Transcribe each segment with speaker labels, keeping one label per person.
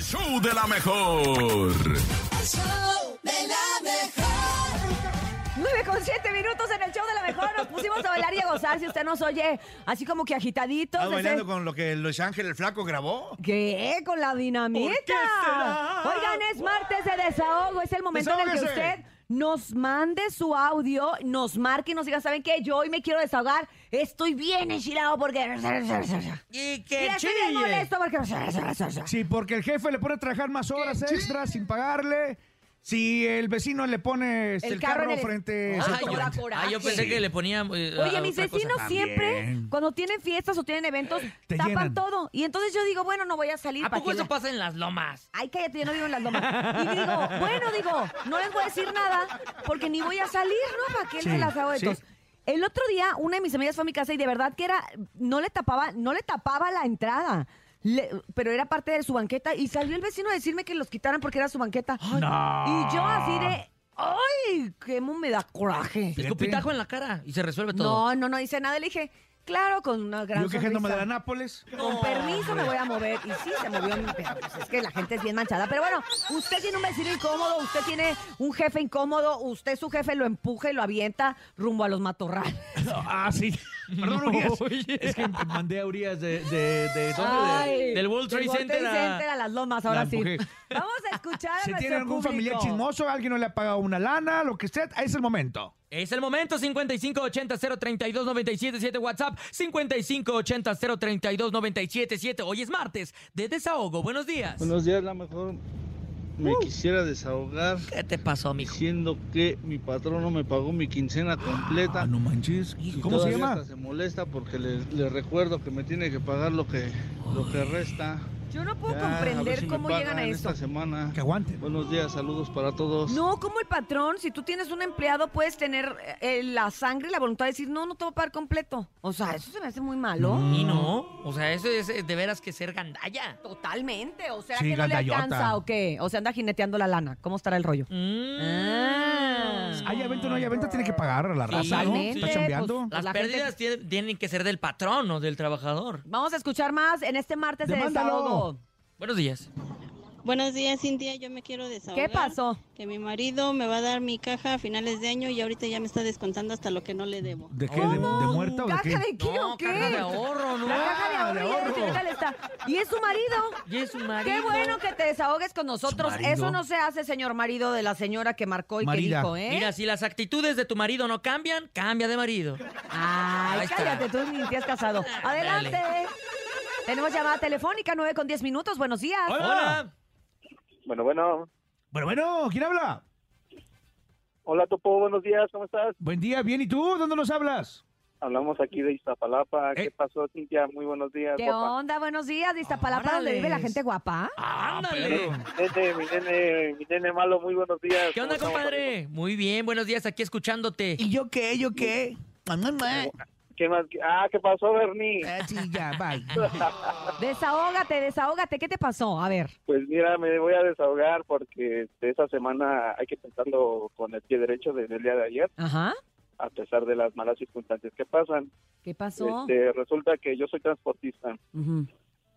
Speaker 1: show de la mejor.
Speaker 2: show de la mejor.
Speaker 3: 9 con 7 minutos en el show de la mejor. Nos pusimos a bailar y a gozar. Si usted nos oye así como que agitaditos.
Speaker 4: Ah,
Speaker 5: ¿Estás
Speaker 3: ese-
Speaker 5: bailando con lo que Luis Ángel el Flaco grabó?
Speaker 3: ¿Qué? Con la dinamita.
Speaker 5: ¿Por qué será?
Speaker 3: Oigan, es martes de desahogo. Es el momento en el que
Speaker 5: Desahógese.
Speaker 3: usted nos mande su audio, nos marque y nos diga, ¿saben qué? Yo hoy me quiero desahogar. Estoy bien enchilado porque...
Speaker 5: ¡Y
Speaker 3: Mira, estoy bien molesto porque...
Speaker 4: Sí, porque el jefe le pone a trabajar más horas extras sin pagarle. Si el vecino le pone este,
Speaker 3: El
Speaker 4: el,
Speaker 3: carro
Speaker 4: carro,
Speaker 3: en el-
Speaker 4: frente...
Speaker 3: Ah,
Speaker 4: se
Speaker 3: yo-
Speaker 4: pone-
Speaker 3: da coraje.
Speaker 6: ah, yo pensé que le ponía. eh,
Speaker 3: Oye,
Speaker 6: a
Speaker 3: mis
Speaker 6: otra cosa.
Speaker 3: vecinos siempre,
Speaker 4: También.
Speaker 3: cuando tienen fiestas o tienen eventos,
Speaker 4: Te
Speaker 3: tapan
Speaker 4: llenan.
Speaker 3: todo. Y entonces yo digo, bueno, no voy a salir.
Speaker 6: ¿A
Speaker 3: ¿para
Speaker 6: poco
Speaker 3: qué
Speaker 6: eso
Speaker 3: la-
Speaker 6: pasa en las lomas?
Speaker 3: Ay, cállate, yo no vivo en las lomas. Y digo, bueno, digo, no les voy a decir nada porque ni voy a salir, ¿no? ¿Para qué
Speaker 4: Sí,
Speaker 3: se las hago de
Speaker 4: sí.
Speaker 3: tos? El otro día, una de mis amigas fue a mi casa y de verdad que era, no le tapaba, no le tapaba la entrada. Le- pero era parte de su banqueta y salió el vecino a decirme que los quitaran porque era su banqueta.
Speaker 4: no.
Speaker 3: Y yo así de, ¡ay! ¡Cómo me da coraje!
Speaker 6: Escupitajo en la cara y se resuelve todo.
Speaker 3: No, no, no dice nada. Le dije, claro, con una gran
Speaker 4: Yo quejándome de
Speaker 3: sonrisa.
Speaker 4: la Nápoles.
Speaker 3: Con permiso me voy a mover. Y sí, se movió mi perro. Pues es que la gente es bien manchada. Pero bueno, usted tiene un vecino incómodo, usted tiene un jefe incómodo, usted su jefe lo empuja y lo avienta rumbo a los matorrales.
Speaker 4: Ah, sí. Perdón, Urias. Es que mandé a Urias de... de, de- ¿dónde?
Speaker 3: Ay,
Speaker 6: del World Trade Center a-
Speaker 3: Center a las lomas, ahora
Speaker 4: La
Speaker 3: sí.
Speaker 4: empujé.
Speaker 3: Vamos a escuchar a Ah,
Speaker 4: Si
Speaker 3: nuestro
Speaker 4: tiene algún
Speaker 3: público.
Speaker 4: familiar chismoso, alguien no le ha pagado una lana, lo que sea, es el momento.
Speaker 6: Es el momento, 5580-032-977 WhatsApp, 5580-032-977. Hoy es martes de desahogo. Buenos días.
Speaker 7: Buenos días, la mejor. Me
Speaker 3: Uh.
Speaker 7: quisiera desahogar
Speaker 6: ¿Qué te pasó, mijo?
Speaker 7: diciendo que mi patrón no me pagó mi quincena completa.
Speaker 4: Ah, no manches.
Speaker 7: Y
Speaker 4: ¿Cómo se
Speaker 7: todavía
Speaker 4: llama?
Speaker 7: hasta se molesta porque le, le recuerdo que me tiene que pagar lo que, lo que resta.
Speaker 3: Yo no puedo
Speaker 7: Ya, a ver
Speaker 4: pues,
Speaker 3: comprender
Speaker 7: si me
Speaker 3: cómo llegan a
Speaker 7: pagan
Speaker 3: eso.
Speaker 7: Esta semana.
Speaker 4: Que aguanten.
Speaker 7: Buenos días, saludos para todos.
Speaker 3: No, como el patrón, si tú tienes un empleado, puedes tener eh, eh, la sangre y la voluntad de decir, no, no te voy a pagar completo. O sea, eso se me hace muy malo.
Speaker 6: Y no, o sea, eso es eh, de veras que ser gandalla.
Speaker 3: Totalmente. O sea,
Speaker 4: Sí,
Speaker 3: que no le
Speaker 4: gandallota.
Speaker 3: alcanza o qué. O sea, anda jineteando la lana. ¿Cómo estará el rollo?
Speaker 6: Mm.
Speaker 3: Ah.
Speaker 4: Hay evento o no hay evento, tiene que pagar a la
Speaker 6: Sí,
Speaker 4: raza, ¿no?
Speaker 6: totalmente,
Speaker 4: Está chambeando.
Speaker 3: pues,
Speaker 6: Las
Speaker 3: la gente-
Speaker 6: pérdidas tienen, tienen que ser del patrón o del trabajador.
Speaker 3: Vamos a escuchar más en este martes de
Speaker 4: Demándalo.
Speaker 3: desahogo.
Speaker 6: Buenos días.
Speaker 8: Buenos días, Cintia. Yo me quiero desahogar.
Speaker 3: ¿Qué pasó?
Speaker 8: Que mi marido me va a dar mi caja a finales de año y ahorita ya me está descontando hasta lo que no le debo.
Speaker 3: pues,
Speaker 4: ¿De qué? ¿De, de muerta o de
Speaker 3: ¿Caja
Speaker 4: qué?
Speaker 3: de qué
Speaker 6: no,
Speaker 3: o qué?
Speaker 6: caja de ahorro,
Speaker 3: La
Speaker 6: ¿no?
Speaker 3: caja de
Speaker 4: Ah,
Speaker 3: ahorro,
Speaker 4: de
Speaker 3: y el
Speaker 4: ahorro.
Speaker 3: final está. ¿Y es su marido?
Speaker 6: Y es un marido.
Speaker 3: Qué bueno que te desahogues con nosotros.
Speaker 4: marido.
Speaker 3: Eso no se hace, señor marido de la señora que marcó y
Speaker 4: Marida.
Speaker 3: que dijo, ¿eh?
Speaker 6: Mira, si las actitudes de tu marido no cambian, cambia de marido.
Speaker 3: Ay,
Speaker 6: Ahí está.
Speaker 3: cállate, tú ni te has casado. Adelante. Tenemos llamada telefónica, 9 con 10 minutos. Buenos días.
Speaker 4: Hola.
Speaker 6: Hola.
Speaker 9: Bueno, bueno.
Speaker 4: Bueno, bueno, ¿quién habla?
Speaker 9: Hola, Topo. Buenos días. ¿Cómo estás?
Speaker 4: Buen día, bien. ¿Y tú? ¿Dónde nos hablas?
Speaker 9: Hablamos aquí de Iztapalapa.
Speaker 4: Eh.
Speaker 9: ¿Qué pasó, Cintia? Muy buenos días.
Speaker 3: ¿Qué
Speaker 9: guapa. Ah.
Speaker 3: onda? Buenos días. Iztapalapa, donde
Speaker 6: Órales.
Speaker 3: vive la gente guapa.
Speaker 6: Ándale.
Speaker 9: Nene, mi nene, mi nene malo. Muy buenos días.
Speaker 6: ¿Qué onda,
Speaker 9: ¿Cómo estamos, amigo?
Speaker 6: compadre? Muy bien, buenos días, aquí escuchándote.
Speaker 10: ¿Y yo qué? ¿Yo qué?
Speaker 9: ¿Qué más? Ah, ¿qué pasó, Bernie?
Speaker 3: Ah,
Speaker 10: Así ya, bye.
Speaker 3: Desahógate, desahógate. ¿Qué te pasó? A ver.
Speaker 9: Pues mira, me voy a desahogar porque de esa semana hay que pensarlo con el pie derecho desde el día de ayer,
Speaker 3: Ajá.
Speaker 9: a pesar de las malas circunstancias que pasan.
Speaker 3: ¿Qué pasó?
Speaker 9: Este, resulta que yo soy transportista
Speaker 3: Ujú.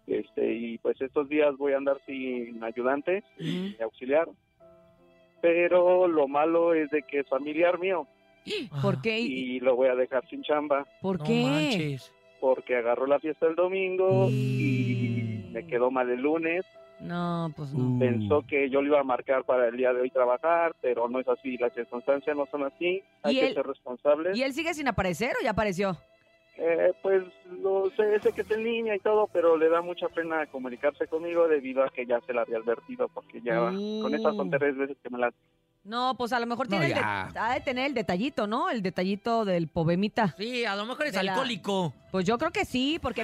Speaker 9: este, y pues estos días voy a andar sin ayudante.
Speaker 3: Ujú.
Speaker 9: y auxiliar. Pero lo malo es de que es familiar mío
Speaker 3: ¿Por qué?
Speaker 9: y lo voy a dejar sin chamba
Speaker 3: ¿Por
Speaker 6: Ah, No
Speaker 3: qué?
Speaker 6: manches.
Speaker 9: porque agarró la fiesta el domingo
Speaker 4: Mm.
Speaker 9: y me quedó mal el lunes.
Speaker 3: No, pues no.
Speaker 9: Pensó que yo le iba a marcar para el día de hoy trabajar, pero no es así. Las circunstancias no son así. Hay
Speaker 3: ¿Y
Speaker 9: que
Speaker 3: él-
Speaker 9: ser responsables.
Speaker 3: ¿Y él sigue sin aparecer o ya apareció?
Speaker 9: Eh, pues lo sé, sé que está en línea y todo, pero le da mucha pena comunicarse conmigo debido a que ya se la había advertido porque ya
Speaker 3: Mm.
Speaker 9: con esas son tres veces que me las
Speaker 3: No, pues a lo mejor
Speaker 4: No,
Speaker 3: tiene el de-
Speaker 4: ya.
Speaker 3: ha de tener el detallito, ¿no? El detallito del pobemita.
Speaker 6: Sí, a lo mejor es
Speaker 3: De la-
Speaker 6: alcohólico.
Speaker 3: Pues yo creo que sí, porque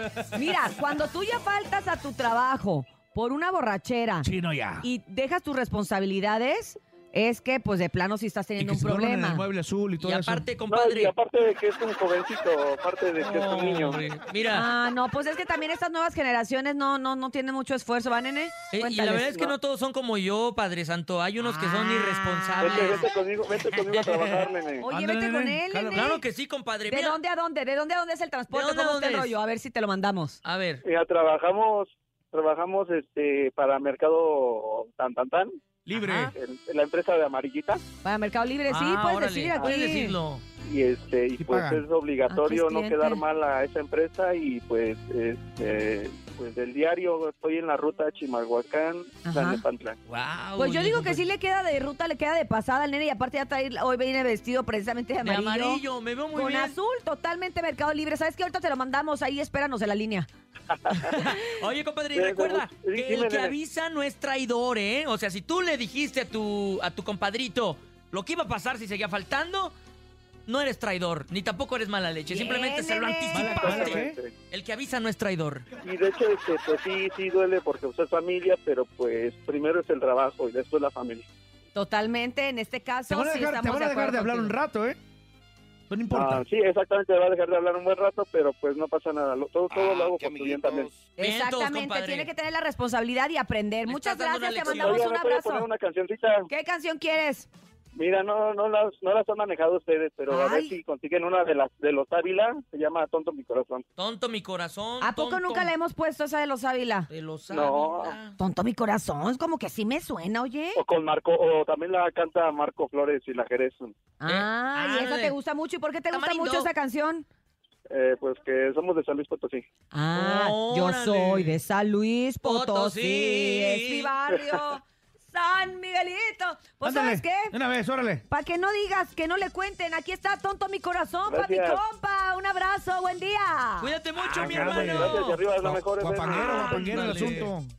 Speaker 3: mira, mira, cuando tú ya faltas a tu trabajo por una borrachera
Speaker 4: Sí, no, ya.
Speaker 3: y dejas tus responsabilidades, es que pues de plano sí estás teniendo un
Speaker 4: se duermen en
Speaker 3: problema.
Speaker 4: el mueble azul y todo
Speaker 6: Y aparte,
Speaker 9: No, y
Speaker 6: compadre.
Speaker 9: aparte de que es un jovencito, aparte de que es un niño.
Speaker 6: hombre, Mira,
Speaker 3: Ah, no, pues es que también estas nuevas generaciones no, no, no tienen mucho esfuerzo, ¿va, nene?
Speaker 6: eh, y la
Speaker 3: Cuéntales.
Speaker 6: verdad es que no todos son como yo, Padre Santo. Hay unos que
Speaker 3: Ah.
Speaker 6: son
Speaker 9: Vente,
Speaker 6: irresponsables.
Speaker 9: vete conmigo, vete conmigo a trabajar, nene.
Speaker 3: Oye,
Speaker 4: Ándale,
Speaker 3: vete con
Speaker 4: nene,
Speaker 3: él,
Speaker 4: jalo.
Speaker 3: nene.
Speaker 6: Claro que sí, compadre.
Speaker 3: ¿De
Speaker 6: Mira,
Speaker 3: dónde a dónde? ¿De dónde a dónde es el transporte?
Speaker 6: ¿De dónde a
Speaker 3: ¿Cómo está el
Speaker 6: dónde es?
Speaker 3: Ah, rollo? A ver si te lo mandamos.
Speaker 6: A ver.
Speaker 9: Mira, trabajamos Trabajamos este para Mercado Tan Tan Tan,
Speaker 4: Libre.
Speaker 3: Ah.
Speaker 6: Ajá.
Speaker 9: el- la empresa de Amarillita,
Speaker 3: Para Mercado Libre, sí,
Speaker 6: Ah,
Speaker 3: puedes
Speaker 6: órale,
Speaker 3: decir aquí.
Speaker 6: Puedes decirlo.
Speaker 9: y este y
Speaker 4: Sí
Speaker 9: pues
Speaker 4: pagan.
Speaker 9: es obligatorio
Speaker 3: Aquí es
Speaker 9: no
Speaker 3: cliente.
Speaker 9: quedar mal a esa empresa y pues este pues del diario estoy en la ruta a Chimalhuacán,
Speaker 3: Ajá.
Speaker 9: Tlalnepantla.
Speaker 6: Wow.
Speaker 3: Pues yo digo que sí le queda de ruta, le queda de pasada al nene y aparte ya trae, hoy viene vestido precisamente de
Speaker 6: De
Speaker 3: amarillo.
Speaker 6: amarillo, me veo muy
Speaker 3: Con
Speaker 6: bien.
Speaker 3: azul, totalmente Mercado Libre. ¿Sabes qué? Ahorita te lo mandamos ahí, espéranos en la línea.
Speaker 6: Oye, compadre, y
Speaker 9: Sí,
Speaker 6: recuerda
Speaker 9: sí,
Speaker 6: que
Speaker 9: dime,
Speaker 6: el que
Speaker 9: nene.
Speaker 6: avisa no es traidor, ¿eh? O sea, si tú le dijiste a tu, a tu compadrito lo que iba a pasar si seguía faltando, no eres traidor, ni tampoco eres mala leche.
Speaker 3: Bien,
Speaker 6: Simplemente se lo
Speaker 3: nene.
Speaker 6: anticipaste.
Speaker 9: Exactamente.
Speaker 6: El que avisa no es traidor.
Speaker 9: Y de hecho este pues sí sí duele porque usted es familia, pero pues primero es el trabajo y después la familia.
Speaker 3: Totalmente, en este caso.
Speaker 4: Te van a
Speaker 3: sí
Speaker 4: dejar, te
Speaker 3: estamos
Speaker 4: van a dejar
Speaker 3: acuerdo
Speaker 4: de hablar un
Speaker 3: contigo.
Speaker 4: rato, ¿eh? Pero no importa.
Speaker 9: Ah, sí, exactamente, va a dejar de hablar un buen rato, pero pues no pasa nada, lo- todo, todo lo
Speaker 10: Ah,
Speaker 9: hago
Speaker 10: qué
Speaker 9: por tu bien también.
Speaker 10: amiguitos.
Speaker 6: Bien, todos,
Speaker 3: Exactamente,
Speaker 6: compadre.
Speaker 3: tiene que tener la responsabilidad y aprender.
Speaker 6: Me
Speaker 3: Muchas
Speaker 6: estás dando
Speaker 3: gracias, te
Speaker 6: una
Speaker 3: mandamos
Speaker 9: Oye,
Speaker 3: un
Speaker 9: ¿me puede poner
Speaker 3: abrazo.
Speaker 9: una cancioncita?
Speaker 3: ¿Qué canción quieres?
Speaker 9: Mira, no, no las, no las han manejado ustedes, pero a ver
Speaker 3: Ay.
Speaker 9: si consiguen una de las de los Ávila, se llama Tonto mi corazón.
Speaker 6: Tonto mi corazón.
Speaker 3: ¿A poco
Speaker 6: tonto
Speaker 3: nunca la hemos puesto esa de los Ávila?
Speaker 6: De los
Speaker 9: No.
Speaker 6: Ávila.
Speaker 3: Tonto mi corazón, es como que sí me suena, oye.
Speaker 9: O con Marco, o también la canta Marco Flores y la Jerez.
Speaker 3: Ah, y esa
Speaker 6: ándale.
Speaker 3: te gusta mucho. ¿Y por qué te gusta
Speaker 6: Tamarindo.
Speaker 3: mucho esa canción?
Speaker 9: Eh, pues que somos de San Luis Potosí.
Speaker 3: Ah,
Speaker 6: Órale.
Speaker 3: yo soy de San Luis Potosí,
Speaker 6: Potosí.
Speaker 3: es mi barrio, San Miguelito. Pues,
Speaker 4: Ándale,
Speaker 3: ¿sabes qué?
Speaker 4: de Una vez, órale.
Speaker 3: Para que no digas, que no le cuenten, aquí está tonto mi corazón, para mi
Speaker 9: Gracias.
Speaker 3: compa. Un abrazo, buen día.
Speaker 6: Cuídate mucho, mi
Speaker 4: caray.
Speaker 6: hermano.
Speaker 9: Ah, Gracias, y arriba es la
Speaker 4: Guap-
Speaker 9: mejor. FM.
Speaker 4: Guapanguero, guapanguero el
Speaker 6: Ándale.
Speaker 4: asunto.